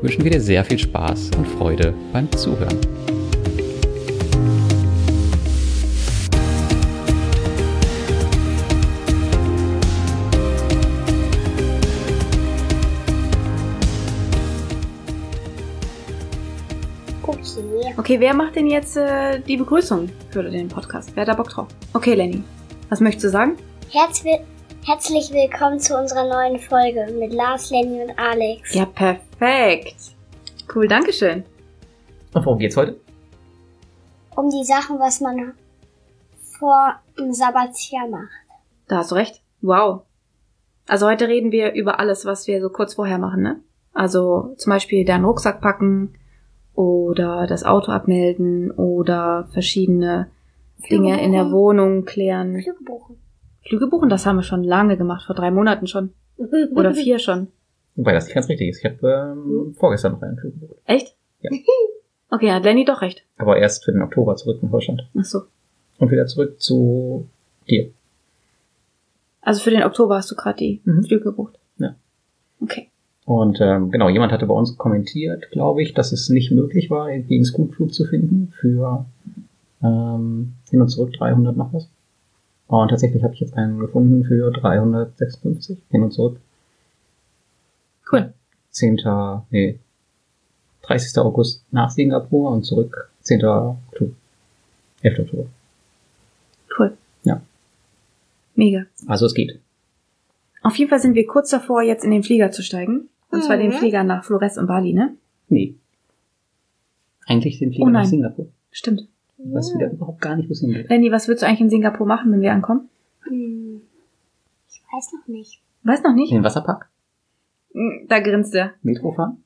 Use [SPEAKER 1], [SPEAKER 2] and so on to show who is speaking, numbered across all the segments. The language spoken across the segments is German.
[SPEAKER 1] wünschen wir dir sehr viel Spaß und Freude beim Zuhören.
[SPEAKER 2] Okay.
[SPEAKER 3] Okay, wer macht denn jetzt äh, die Begrüßung für den Podcast? Wer hat da Bock drauf? Okay, Lenny. Was möchtest du sagen?
[SPEAKER 2] Herz will Herzlich willkommen zu unserer neuen Folge mit Lars, Lenny und Alex.
[SPEAKER 3] Ja, perfekt. Cool, Dankeschön.
[SPEAKER 4] Und worum geht's heute?
[SPEAKER 2] Um die Sachen, was man vor dem Sabbatjahr macht.
[SPEAKER 3] Da hast du recht. Wow. Also heute reden wir über alles, was wir so kurz vorher machen, ne? Also zum Beispiel deinen Rucksack packen oder das Auto abmelden oder verschiedene Dinge in der Wohnung klären.
[SPEAKER 2] Flüge buchen.
[SPEAKER 3] Flüge buchen, das haben wir schon lange gemacht, vor drei Monaten schon. Oder vier schon.
[SPEAKER 4] Wobei das nicht ganz richtig ist. Ich habe ähm, vorgestern noch einen Flug gebucht.
[SPEAKER 3] Echt?
[SPEAKER 4] Ja.
[SPEAKER 3] Okay, hat Lenny doch recht.
[SPEAKER 4] Aber erst für den Oktober zurück nach Deutschland.
[SPEAKER 3] Ach so.
[SPEAKER 4] Und wieder zurück zu dir.
[SPEAKER 3] Also für den Oktober hast du gerade die
[SPEAKER 4] Mhm.
[SPEAKER 3] Flüge gebucht.
[SPEAKER 4] Ja.
[SPEAKER 3] Okay.
[SPEAKER 4] Und ähm, genau, jemand hatte bei uns kommentiert, glaube ich, dass es nicht möglich war, irgendwie einen Scootflug zu finden für ähm, hin und zurück 300 noch was. Und tatsächlich habe ich jetzt einen gefunden für 356 hin und zurück.
[SPEAKER 3] Cool.
[SPEAKER 4] 10. nee, 30. August nach Singapur und zurück 10. Oktober. 11. Oktober.
[SPEAKER 3] Cool.
[SPEAKER 4] Ja.
[SPEAKER 3] Mega.
[SPEAKER 4] Also es geht.
[SPEAKER 3] Auf jeden Fall sind wir kurz davor, jetzt in den Flieger zu steigen. Und zwar
[SPEAKER 2] Mhm.
[SPEAKER 3] den Flieger nach Flores und Bali, ne?
[SPEAKER 4] Nee. Eigentlich den Flieger
[SPEAKER 3] Oh nein. Oh.
[SPEAKER 4] nach Singapur.
[SPEAKER 3] Stimmt.
[SPEAKER 4] Ich weiß wieder überhaupt gar nicht, wo es hingeht.
[SPEAKER 3] Lenny, was würdest du eigentlich in Singapur machen, wenn wir ankommen?
[SPEAKER 2] Hm. Ich weiß noch nicht.
[SPEAKER 3] Weiß noch nicht.
[SPEAKER 4] In den Wasserpark?
[SPEAKER 3] Hm, Da grinst er.
[SPEAKER 4] Metro fahren?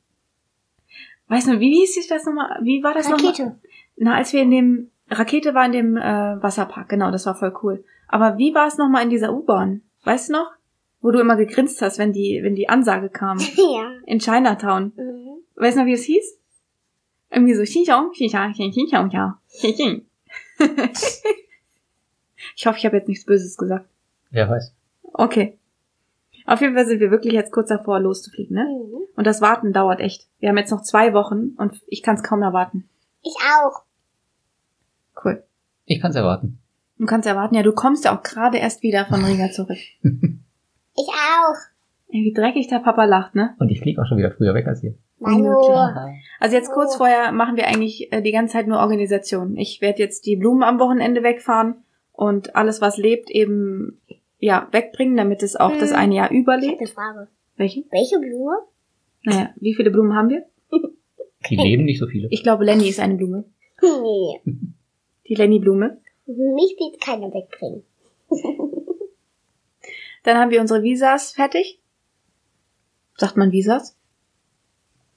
[SPEAKER 3] Weiß noch, wie hieß das nochmal? Wie war das nochmal?
[SPEAKER 2] Rakete.
[SPEAKER 3] Na, als wir in dem, Rakete war in dem äh, Wasserpark, genau, das war voll cool. Aber wie war es nochmal in dieser U-Bahn? Weißt du noch? Wo du immer gegrinst hast, wenn die, wenn die Ansage kam.
[SPEAKER 2] ja.
[SPEAKER 3] In Chinatown.
[SPEAKER 2] Mhm.
[SPEAKER 3] Weißt du noch, wie es hieß? Irgendwie so, Xinjiang, Xinjiang, Xinjiang, ja. Xinjiang. Ich hoffe, ich habe jetzt nichts Böses gesagt.
[SPEAKER 4] Wer weiß.
[SPEAKER 3] Okay. Auf jeden Fall sind wir wirklich jetzt kurz davor, loszufliegen, ne?
[SPEAKER 2] Mhm.
[SPEAKER 3] Und das Warten dauert echt. Wir haben jetzt noch zwei Wochen und ich kann es kaum erwarten.
[SPEAKER 2] Ich auch.
[SPEAKER 3] Cool.
[SPEAKER 4] Ich kann's erwarten.
[SPEAKER 3] Du kannst erwarten, ja, du kommst ja auch gerade erst wieder von Riga zurück.
[SPEAKER 2] Ich auch.
[SPEAKER 3] Ey, wie dreckig der Papa lacht, ne?
[SPEAKER 4] Und ich fliege auch schon wieder früher weg als ihr.
[SPEAKER 2] Manu.
[SPEAKER 3] Unmöglich. Also jetzt
[SPEAKER 2] Oh.
[SPEAKER 3] kurz vorher machen wir eigentlich äh, die ganze Zeit nur Organisation. Ich werde jetzt die Blumen am Wochenende wegfahren und alles, was lebt, eben ja wegbringen, damit es auch
[SPEAKER 2] Hm.
[SPEAKER 3] das eine Jahr
[SPEAKER 2] Ich habe
[SPEAKER 3] überlebt.
[SPEAKER 2] eine Frage.
[SPEAKER 3] Welche?
[SPEAKER 2] Welche Blume?
[SPEAKER 3] Naja, wie viele Blumen haben wir?
[SPEAKER 4] Die leben nicht so viele.
[SPEAKER 3] Ich glaube, Lenny ist eine Blume.
[SPEAKER 2] Nee.
[SPEAKER 3] Die Lenny-Blume.
[SPEAKER 2] Mich wird keiner wegbringen.
[SPEAKER 3] Dann haben wir unsere Visas fertig. Sagt man Visas?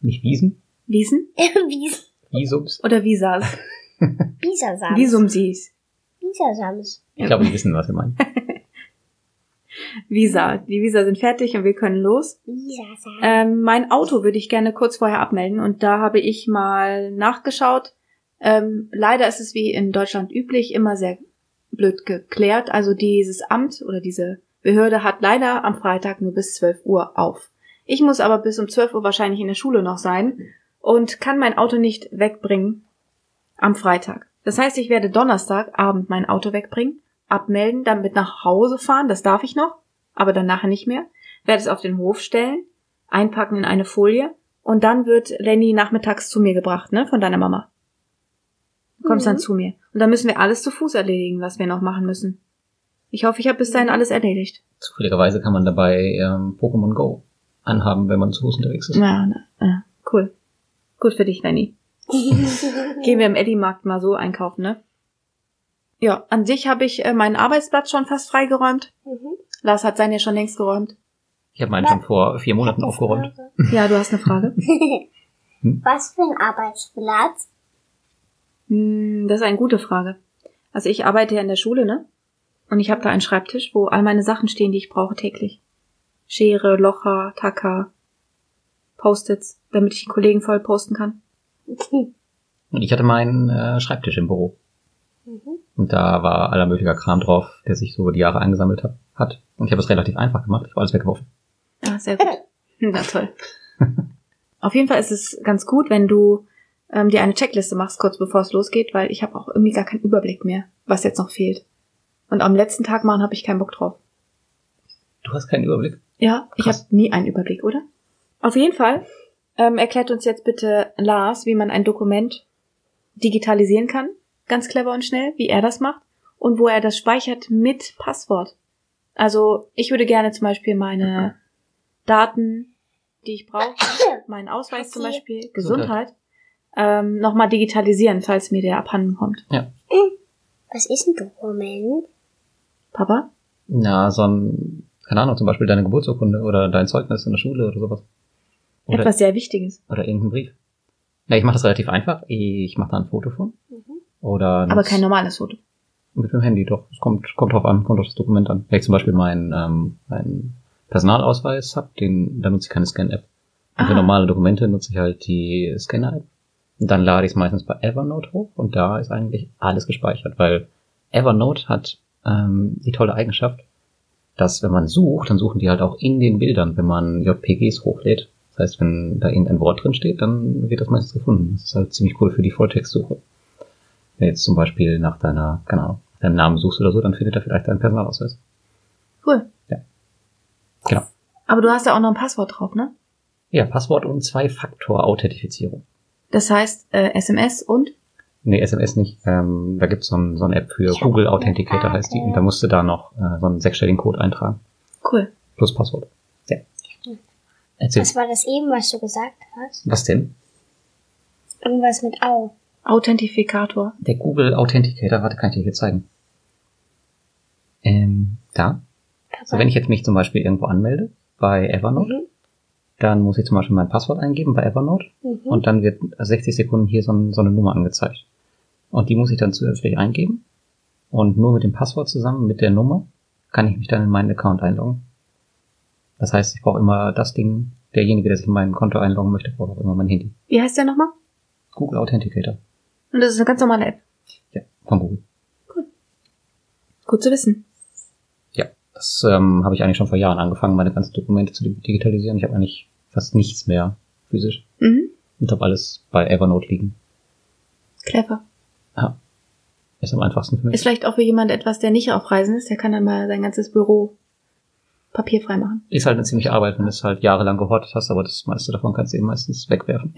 [SPEAKER 4] Nicht Wiesen?
[SPEAKER 3] Wiesen?
[SPEAKER 2] Bis
[SPEAKER 4] Visums?
[SPEAKER 3] Oder Visas?
[SPEAKER 2] Bisasams.
[SPEAKER 3] Visumsis.
[SPEAKER 2] Bisasams.
[SPEAKER 4] Ich glaube, die wissen, was wir meinen.
[SPEAKER 3] Visa. Die Visa sind fertig und wir können los.
[SPEAKER 2] Bisasams.
[SPEAKER 4] Äh.
[SPEAKER 3] Ähm, mein Auto würde ich gerne kurz vorher abmelden und da habe ich mal nachgeschaut. Ähm, leider ist es wie in Deutschland üblich immer sehr blöd geklärt. Also dieses Amt oder diese Behörde hat leider am Freitag nur bis 12 Uhr auf. Ich muss aber bis um 12 Uhr wahrscheinlich in der Schule noch sein und kann mein Auto nicht wegbringen am Freitag. Das heißt, ich werde Donnerstagabend mein Auto wegbringen, abmelden, dann mit nach Hause fahren, das darf ich noch, aber dann nachher nicht mehr, werde es auf den Hof stellen, einpacken in eine Folie und dann wird Lenny nachmittags zu mir gebracht, ne, von deiner Mama. Du kommst
[SPEAKER 2] Mhm.
[SPEAKER 3] dann zu mir. Und dann müssen wir alles zu Fuß erledigen, was wir noch machen müssen. Ich hoffe, ich habe bis dahin alles erledigt.
[SPEAKER 4] Zufälligerweise kann man dabei ähm, Pokémon Go anhaben, wenn man zu Fuß unterwegs ist.
[SPEAKER 3] Ja, na, ja, cool. Gut für dich, Lenny. Gehen wir im Eddy-Markt mal so einkaufen, ne? Ja, an sich habe ich äh, meinen Arbeitsplatz schon fast freigeräumt.
[SPEAKER 2] Mhm.
[SPEAKER 3] Lars hat seinen ja schon längst geräumt.
[SPEAKER 4] Ich habe meinen schon vor vier Monaten aufgeräumt.
[SPEAKER 3] Ja, du hast eine Frage.
[SPEAKER 2] Was für ein Arbeitsplatz?
[SPEAKER 3] Hm, das ist eine gute Frage. Also ich arbeite ja in der Schule, ne? Und ich habe da einen Schreibtisch, wo all meine Sachen stehen, die ich brauche täglich. Schere, Locher, Tacker, Post-its, damit ich die Kollegen voll posten kann.
[SPEAKER 4] Und ich hatte meinen äh, Schreibtisch im Büro.
[SPEAKER 2] Mhm.
[SPEAKER 4] Und da war aller möglicher Kram drauf, der sich so über die Jahre angesammelt hat. hat. Und ich habe es relativ einfach gemacht. Ich habe alles weggeworfen.
[SPEAKER 3] Ah, sehr gut. Na toll. Auf jeden Fall ist es ganz gut, wenn du ähm, dir eine Checkliste machst, kurz bevor es losgeht, weil ich habe auch irgendwie gar keinen Überblick mehr, was jetzt noch fehlt. Und am letzten Tag machen habe ich keinen Bock drauf.
[SPEAKER 4] Du hast keinen Überblick.
[SPEAKER 3] Ja, ich habe
[SPEAKER 4] Krass.
[SPEAKER 3] nie einen Überblick, oder? Auf jeden Fall ähm, erklärt uns jetzt bitte Lars, wie man ein Dokument digitalisieren kann, ganz clever und schnell, wie er das macht und wo er das speichert mit Passwort. Also ich würde gerne zum Beispiel meine Daten, die ich brauche, meinen Ausweis zum Beispiel, Gesundheit, ähm, nochmal digitalisieren, falls mir der abhanden kommt.
[SPEAKER 2] Was ist ein Dokument?
[SPEAKER 3] Papa?
[SPEAKER 4] Na, so ein, keine Ahnung, zum Beispiel deine Geburtsurkunde oder dein Zeugnis in der Schule oder sowas. Oder,
[SPEAKER 3] Etwas sehr Wichtiges.
[SPEAKER 4] oder irgendein Brief. Na, ich mache das relativ einfach. Ich mache da ein Foto von. Oder
[SPEAKER 3] Aber kein normales Foto.
[SPEAKER 4] mit dem Handy, doch. Es kommt, kommt drauf an, kommt auf das Dokument an. Wenn ich zum Beispiel meinen ähm, meinen Personalausweis hab, den, dann nutze ich keine Scan-App. Und für
[SPEAKER 3] Ah.
[SPEAKER 4] normale Dokumente nutze ich halt die Scanner-App. Und dann lade ich es meistens bei Evernote hoch und da ist eigentlich alles gespeichert, weil Evernote hat ähm, die tolle Eigenschaft, dass wenn man sucht, dann suchen die halt auch in den Bildern, wenn man JPGs hochlädt. Das heißt, wenn da irgendein Wort drin steht, dann wird das meistens gefunden. Das ist halt ziemlich cool für die Volltextsuche. Wenn jetzt zum Beispiel nach deiner, keine Ahnung, nach deinem Namen suchst oder so, dann findet er vielleicht deinen Personalausweis.
[SPEAKER 3] Cool.
[SPEAKER 4] Ja. Genau.
[SPEAKER 3] Aber du hast da auch noch ein Passwort drauf, ne?
[SPEAKER 4] Ja, Passwort und Zwei-Faktor-Authentifizierung.
[SPEAKER 3] Das heißt äh, SMS und
[SPEAKER 4] Nee, SMS nicht. Ähm, da gibt's so, ein, so eine App für
[SPEAKER 2] Ich hab
[SPEAKER 4] Google
[SPEAKER 2] eine
[SPEAKER 4] Authenticator heißt die.
[SPEAKER 2] Frage.
[SPEAKER 4] Und da musst du da noch äh, so einen sechsstelligen Code eintragen.
[SPEAKER 3] cool.
[SPEAKER 4] Plus Passwort. Ja. Erzähl.
[SPEAKER 2] Was war das eben, was du gesagt hast?
[SPEAKER 4] Was denn?
[SPEAKER 2] Irgendwas mit Au.
[SPEAKER 3] Authentifikator.
[SPEAKER 4] Der Google Authenticator, warte, kann ich dir hier zeigen. Ähm, da. So, Also wenn ich jetzt mich zum Beispiel irgendwo anmelde bei Evernote,
[SPEAKER 2] Mhm.
[SPEAKER 4] dann muss ich zum Beispiel mein Passwort eingeben bei Evernote
[SPEAKER 2] Mhm.
[SPEAKER 4] und dann wird 60 Sekunden hier so, ein, so eine Nummer angezeigt. Und die muss ich dann zusätzlich eingeben. Und nur mit dem Passwort zusammen, mit der Nummer, kann ich mich dann in meinen Account einloggen. Das heißt, ich brauche immer das Ding, derjenige, der sich in mein Konto einloggen möchte, braucht auch immer mein Handy.
[SPEAKER 3] Wie heißt der nochmal?
[SPEAKER 4] Google Authenticator.
[SPEAKER 3] Und das ist eine ganz normale App.
[SPEAKER 4] Ja, von Google.
[SPEAKER 3] Gut zu wissen.
[SPEAKER 4] Ja, das ähm, habe ich eigentlich schon vor Jahren angefangen, meine ganzen Dokumente zu digitalisieren. Ich habe eigentlich fast nichts mehr physisch.
[SPEAKER 3] Mhm.
[SPEAKER 4] Ich habe alles bei Evernote liegen.
[SPEAKER 3] Clever.
[SPEAKER 4] Ist am einfachsten für mich.
[SPEAKER 3] Ist vielleicht auch für jemand etwas, der nicht auf Reisen ist, der kann dann mal sein ganzes Büro papierfrei machen.
[SPEAKER 4] Ist halt eine ziemliche Arbeit, wenn du es halt jahrelang gehortet hast, aber das meiste davon kannst du eben meistens wegwerfen.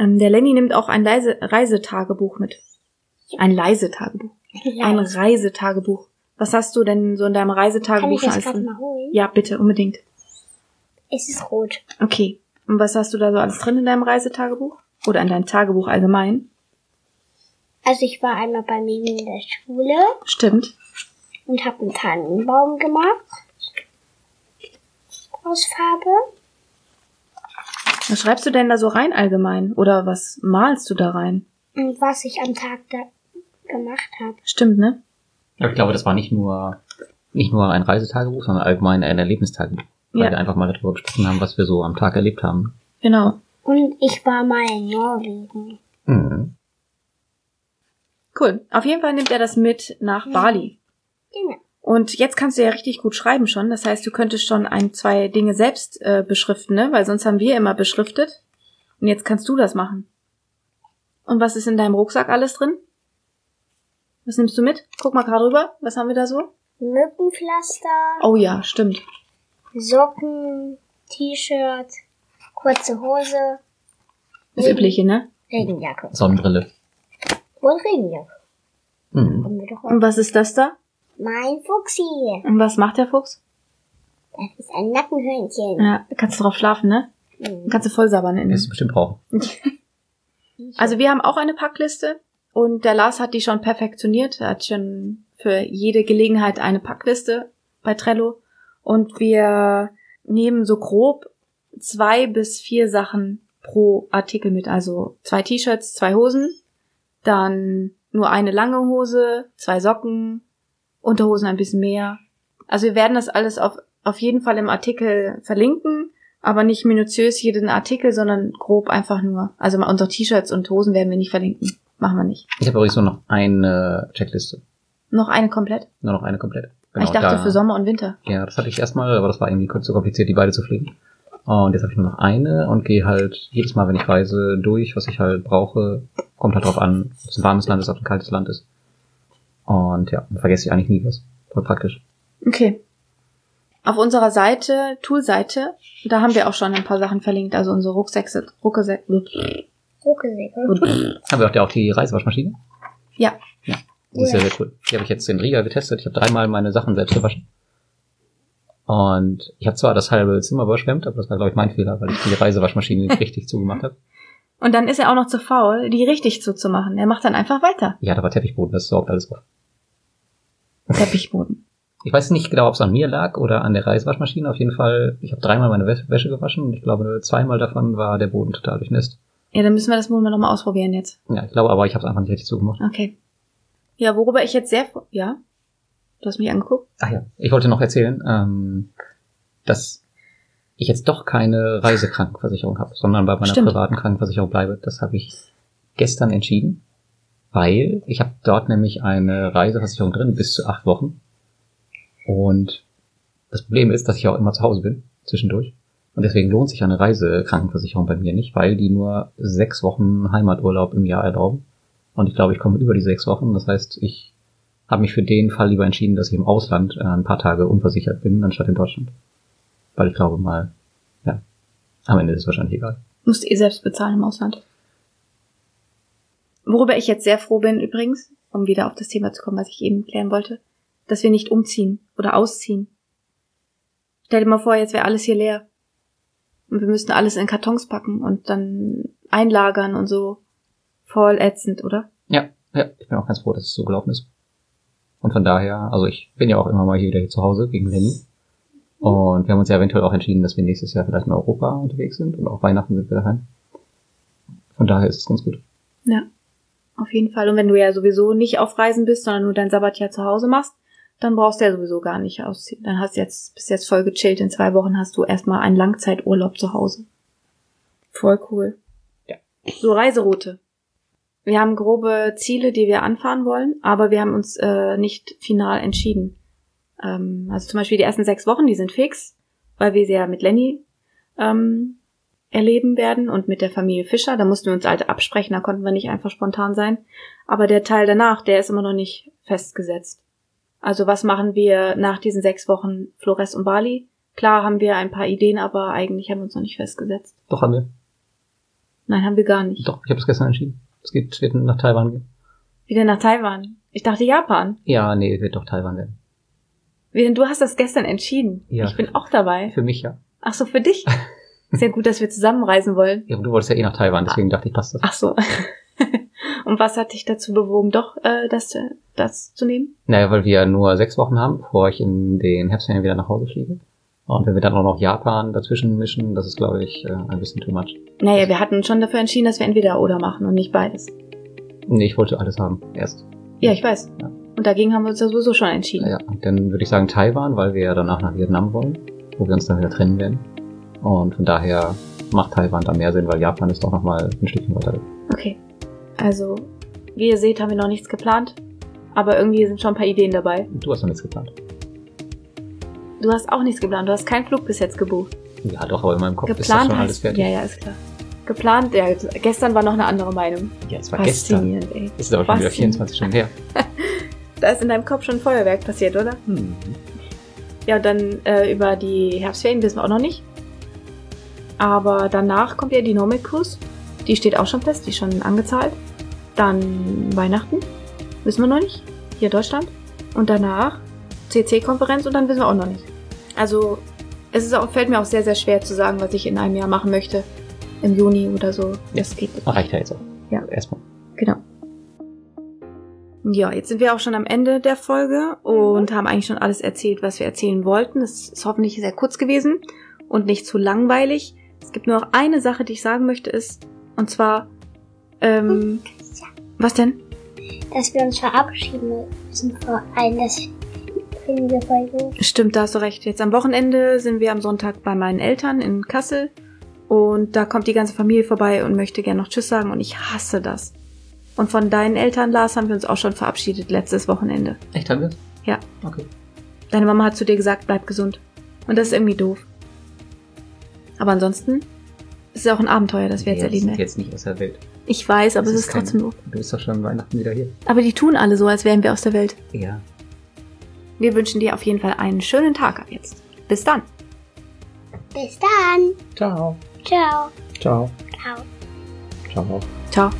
[SPEAKER 3] Ähm, der Lenny nimmt auch ein Leise Reisetagebuch mit. Ein Leisetagebuch. Ein
[SPEAKER 2] Leise.
[SPEAKER 3] Reisetagebuch. Was hast du denn so in deinem
[SPEAKER 2] Kann ich
[SPEAKER 3] Reisetagebuch schon
[SPEAKER 2] das
[SPEAKER 3] alles
[SPEAKER 2] gerade
[SPEAKER 3] drin?
[SPEAKER 2] mal holen?
[SPEAKER 3] Ja, bitte, unbedingt.
[SPEAKER 2] Es ist rot.
[SPEAKER 3] Okay. Und was hast du da so alles drin in deinem Reisetagebuch? Oder in deinem Tagebuch allgemein?
[SPEAKER 2] Also ich war einmal bei mir in der Schule
[SPEAKER 3] Stimmt.
[SPEAKER 2] und habe einen Tannenbaum gemacht. Aus Farbe.
[SPEAKER 3] Was schreibst du denn da so rein allgemein? Oder was malst du da rein?
[SPEAKER 2] Und was ich am Tag da gemacht habe.
[SPEAKER 3] Stimmt, ne?
[SPEAKER 4] Aber ich glaube, das war nicht nur nicht nur ein Reisetagebuch, sondern allgemein ein Erlebnistagebuch. Weil
[SPEAKER 3] Ja.
[SPEAKER 4] wir einfach mal darüber gesprochen haben, was wir so am Tag erlebt haben.
[SPEAKER 3] Genau.
[SPEAKER 2] Und ich war mal in Norwegen.
[SPEAKER 4] Mhm.
[SPEAKER 3] Cool. Auf jeden Fall nimmt er das mit nach Bali.
[SPEAKER 2] Genau.
[SPEAKER 3] Und jetzt kannst du ja richtig gut schreiben schon. Das heißt, du könntest schon ein, zwei Dinge selbst äh, beschriften, ne? Weil sonst haben wir immer beschriftet. Und jetzt kannst du das machen. Und was ist in deinem Rucksack alles drin? Was nimmst du mit? Guck mal gerade rüber. Was haben wir da so?
[SPEAKER 2] Mückenpflaster,
[SPEAKER 3] Oh ja, stimmt.
[SPEAKER 2] Socken, T-Shirt, kurze Hose,
[SPEAKER 3] Das Übliche, ne?
[SPEAKER 2] Regenjacke.
[SPEAKER 4] Sonnenbrille.
[SPEAKER 2] Und Regenjacke.
[SPEAKER 4] Mhm.
[SPEAKER 2] Haben wir doch auch.
[SPEAKER 3] Und was ist das da?
[SPEAKER 2] Mein Fuchsi.
[SPEAKER 3] Und was macht der Fuchs?
[SPEAKER 2] Das ist ein Nackenhörnchen.
[SPEAKER 3] Ja, kannst du drauf schlafen, ne?
[SPEAKER 2] Mhm.
[SPEAKER 3] Kannst du voll sabbern in
[SPEAKER 4] Wirst du bestimmt brauchen.
[SPEAKER 3] Also wir haben auch eine Packliste und der Lars hat die schon perfektioniert. Er hat schon für jede Gelegenheit eine Packliste bei Trello. Und wir nehmen so grob zwei bis vier Sachen pro Artikel mit. Also zwei T-Shirts, zwei Hosen, dann nur eine lange Hose, zwei Socken, Unterhosen ein bisschen mehr. Also wir werden das alles auf, auf jeden Fall im Artikel verlinken aber nicht minutiös jeden Artikel, sondern grob einfach nur. Also mal unsere T-Shirts und Hosen werden wir nicht verlinken. Machen wir nicht.
[SPEAKER 4] Ich habe übrigens nur noch eine Checkliste.
[SPEAKER 3] Noch eine komplett. Ah,
[SPEAKER 4] Nur noch eine komplette.
[SPEAKER 3] ich dachte
[SPEAKER 4] Genau, da-
[SPEAKER 3] für Sommer und Winter.
[SPEAKER 4] Ja, das hatte ich erstmal, aber das war irgendwie kurz zu kompliziert, die beide zu fliegen. Und jetzt habe ich nur noch eine und gehe halt jedes Mal, wenn ich reise, durch, was ich halt brauche. Kommt halt drauf an, ob es ein warmes Land ist, ob es ein kaltes Land ist. Und ja, dann vergesse ich eigentlich nie was. Voll praktisch.
[SPEAKER 3] Okay. Auf unserer Seite, Tool-Seite, da haben wir auch schon ein paar Sachen verlinkt, also unsere Rucksäcke, Rucksäcke,
[SPEAKER 2] Rucksäcke.
[SPEAKER 4] Haben wir auch, ja auch die Reisewaschmaschine?
[SPEAKER 3] Ja.
[SPEAKER 4] Ja. Die ist
[SPEAKER 2] Ja.
[SPEAKER 4] sehr, sehr cool. Die habe ich jetzt in Riga getestet. Ich habe dreimal meine Sachen selbst gewaschen. Und ich habe zwar das halbe Zimmer überschwemmt, aber das war, glaube ich, mein Fehler, weil ich die Reisewaschmaschine nicht richtig zugemacht habe.
[SPEAKER 3] Und dann ist er auch noch zu faul, die richtig zuzumachen. Er macht dann einfach weiter.
[SPEAKER 4] Ja, da war Teppichboden, das sorgt alles auf.
[SPEAKER 3] Teppichboden.
[SPEAKER 4] Ich weiß nicht genau, ob es an mir lag oder an der Reiswaschmaschine. Auf jeden Fall, ich habe dreimal meine Wä- Wäsche gewaschen und ich glaube, zweimal davon war der Boden total durchnässt.
[SPEAKER 3] Ja, dann müssen wir das wohl mal nochmal ausprobieren jetzt.
[SPEAKER 4] Ja, ich glaube aber, ich habe es einfach nicht richtig zugemacht.
[SPEAKER 3] Okay. Ja, worüber ich jetzt sehr, fro- ja? Du hast mich angeguckt?
[SPEAKER 4] Ach ja, ich wollte noch erzählen, ähm, dass ich jetzt doch keine Reisekrankenversicherung habe, sondern bei meiner
[SPEAKER 3] Stimmt.
[SPEAKER 4] privaten Krankenversicherung bleibe. Das habe ich gestern entschieden, weil ich habe dort nämlich eine Reiseversicherung drin bis zu acht Wochen. Und das Problem ist, dass ich auch immer zu Hause bin, zwischendurch. Und deswegen lohnt sich eine Reisekrankenversicherung bei mir nicht, weil die nur sechs Wochen Heimaturlaub im Jahr erlauben. Und ich glaube, ich komme über die sechs Wochen. Das heißt, ich habe mich für den Fall lieber entschieden, dass ich im Ausland äh, ein paar Tage unversichert bin, anstatt in Deutschland. Weil ich glaube mal, ja, am Ende ist es wahrscheinlich egal.
[SPEAKER 3] Musst ihr selbst bezahlen im Ausland. Worüber ich jetzt sehr froh bin übrigens, um wieder auf das Thema zu kommen, was ich eben klären wollte, dass wir nicht umziehen oder ausziehen. Stell dir mal vor, jetzt wäre alles hier leer. Und wir müssten alles in Kartons packen und dann einlagern und so. Voll ätzend, oder?
[SPEAKER 4] Ja, ja, ich bin auch ganz froh, dass es so gelaufen ist. Und von daher, also ich bin ja auch immer mal hier wieder hier zu Hause gegen Lenny. Und wir haben uns ja eventuell auch entschieden, dass wir nächstes Jahr vielleicht in Europa unterwegs sind und auch Weihnachten sind wir daheim. Von daher ist es ganz gut.
[SPEAKER 3] Ja, auf jeden Fall. Und wenn du ja sowieso nicht auf Reisen bist, sondern nur dein Sabbatjahr zu Hause machst, dann brauchst du ja sowieso gar nicht ausziehen. Dann hast du jetzt, bist jetzt voll gechillt. In zwei Wochen hast du erstmal einen Langzeiturlaub zu Hause. Voll cool.
[SPEAKER 4] Ja.
[SPEAKER 3] So, Reiseroute. Wir haben grobe Ziele, die wir anfahren wollen, aber wir haben uns äh, nicht final entschieden. Ähm, also zum Beispiel die ersten sechs Wochen, die sind fix, weil wir sie ja mit Lenny ähm, erleben werden und mit der Familie Fischer. Da mussten wir uns halt absprechen, da konnten wir nicht einfach spontan sein. Aber der Teil danach, der ist immer noch nicht festgesetzt. Also was machen wir nach diesen sechs Wochen Flores und Bali? Klar haben wir ein paar Ideen, aber eigentlich haben wir uns noch nicht festgesetzt.
[SPEAKER 4] Doch haben wir.
[SPEAKER 3] Nein, haben wir gar nicht.
[SPEAKER 4] Doch, ich habe es gestern entschieden. Es geht, wird nach Taiwan gehen.
[SPEAKER 3] Wieder nach Taiwan. Ich dachte Japan.
[SPEAKER 4] Ja, nee, wird doch Taiwan werden.
[SPEAKER 3] Wie denn, du hast das gestern entschieden.
[SPEAKER 4] Ja.
[SPEAKER 3] Ich bin auch dabei.
[SPEAKER 4] Für mich ja.
[SPEAKER 3] Ach so, für dich? Ist ja gut, dass wir zusammenreisen wollen.
[SPEAKER 4] ja aber du wolltest ja eh nach Taiwan, deswegen dachte ich, passt das.
[SPEAKER 3] Ach so. Und was hat dich dazu bewogen, doch äh, das, äh, das zu nehmen?
[SPEAKER 4] Naja, weil wir nur sechs Wochen haben, bevor ich in den Herbstferien wieder nach Hause fliege. Und wenn wir dann auch noch Japan dazwischen mischen, das ist, glaube ich, äh, ein bisschen too much.
[SPEAKER 3] Naja, wir hatten uns schon dafür entschieden, dass wir entweder oder machen und nicht beides.
[SPEAKER 4] Nee, ich wollte alles haben, erst.
[SPEAKER 3] Ja, ich weiß.
[SPEAKER 4] Ja.
[SPEAKER 3] Und dagegen haben wir uns ja sowieso schon entschieden.
[SPEAKER 4] Ja, und dann würde ich sagen Taiwan, weil wir ja danach nach Vietnam wollen, wo wir uns dann wieder trennen werden. Und von daher macht Taiwan da mehr Sinn, weil Japan ist doch nochmal ein Stückchen weiter weg.
[SPEAKER 3] Okay. Also, wie ihr seht, haben wir noch nichts geplant. Aber irgendwie sind schon ein paar Ideen dabei.
[SPEAKER 4] Du hast noch nichts geplant.
[SPEAKER 3] Du hast auch nichts geplant. Du hast keinen Flug bis jetzt gebucht.
[SPEAKER 4] Ja, doch, aber in meinem Kopf ist das
[SPEAKER 3] geplant
[SPEAKER 4] schon
[SPEAKER 3] hast-
[SPEAKER 4] alles fertig.
[SPEAKER 3] Ja, ja, ist klar. Geplant, ja, gestern war noch eine andere Meinung.
[SPEAKER 4] ja, es war gestern.
[SPEAKER 3] ey.
[SPEAKER 4] Das ist aber schon wieder
[SPEAKER 3] Faszinierend.
[SPEAKER 4] 24 Stunden her.
[SPEAKER 3] Da ist in deinem Kopf schon Feuerwerk passiert, oder?
[SPEAKER 4] Hm.
[SPEAKER 3] Mhm. Ja, und dann äh, über die Herbstferien wissen wir auch noch nicht. Aber danach kommt ja die Nomad Cruise. Die steht auch schon fest, die ist schon angezahlt. Dann Weihnachten. Wissen wir noch nicht. Hier Deutschland. Und danach CC-Konferenz und dann wissen wir auch noch nicht. Also es ist auch, fällt mir auch sehr, sehr schwer zu sagen, was ich in einem Jahr machen möchte. Im Juni oder so. Das geht.
[SPEAKER 4] Reicht ja jetzt auch.
[SPEAKER 3] Ja.
[SPEAKER 4] Erstmal.
[SPEAKER 3] Genau. Ja, jetzt sind wir auch schon am Ende der Folge und haben eigentlich schon alles erzählt, was wir erzählen wollten. Es ist hoffentlich sehr kurz gewesen und nicht zu langweilig. Es gibt nur noch eine Sache, die ich sagen möchte, ist, und zwar, ähm, was denn?
[SPEAKER 2] Dass wir uns verabschieden müssen vor allem das finden wir voll doof.
[SPEAKER 3] Stimmt, da hast du recht. Jetzt am Wochenende sind wir am Sonntag bei meinen Eltern in Kassel und da kommt die ganze Familie vorbei und möchte gerne noch Tschüss sagen und ich hasse das. Und von deinen Eltern, Lars, haben wir uns auch schon verabschiedet letztes Wochenende.
[SPEAKER 4] Echt, haben wir
[SPEAKER 3] Ja.
[SPEAKER 4] Okay.
[SPEAKER 3] Deine Mama hat zu dir gesagt, bleib gesund. Und das ist irgendwie doof. Aber ansonsten ist es auch ein Abenteuer, das wir jetzt
[SPEAKER 5] Nee,
[SPEAKER 3] erleben
[SPEAKER 5] sind
[SPEAKER 3] werden.
[SPEAKER 5] jetzt nicht aus der Welt.
[SPEAKER 3] Ich weiß, aber
[SPEAKER 5] Das
[SPEAKER 3] es
[SPEAKER 5] ist
[SPEAKER 3] ist
[SPEAKER 5] kein-
[SPEAKER 3] trotzdem doof.
[SPEAKER 5] Du bist doch schon Weihnachten wieder hier.
[SPEAKER 3] Aber die tun alle so, als wären wir aus der Welt.
[SPEAKER 5] Ja.
[SPEAKER 3] Wir wünschen dir auf jeden Fall einen schönen Tag ab jetzt. Bis dann.
[SPEAKER 2] Bis dann.
[SPEAKER 4] Ciao.
[SPEAKER 2] Ciao.
[SPEAKER 4] Ciao.
[SPEAKER 2] Ciao.
[SPEAKER 4] Ciao.
[SPEAKER 3] Ciao.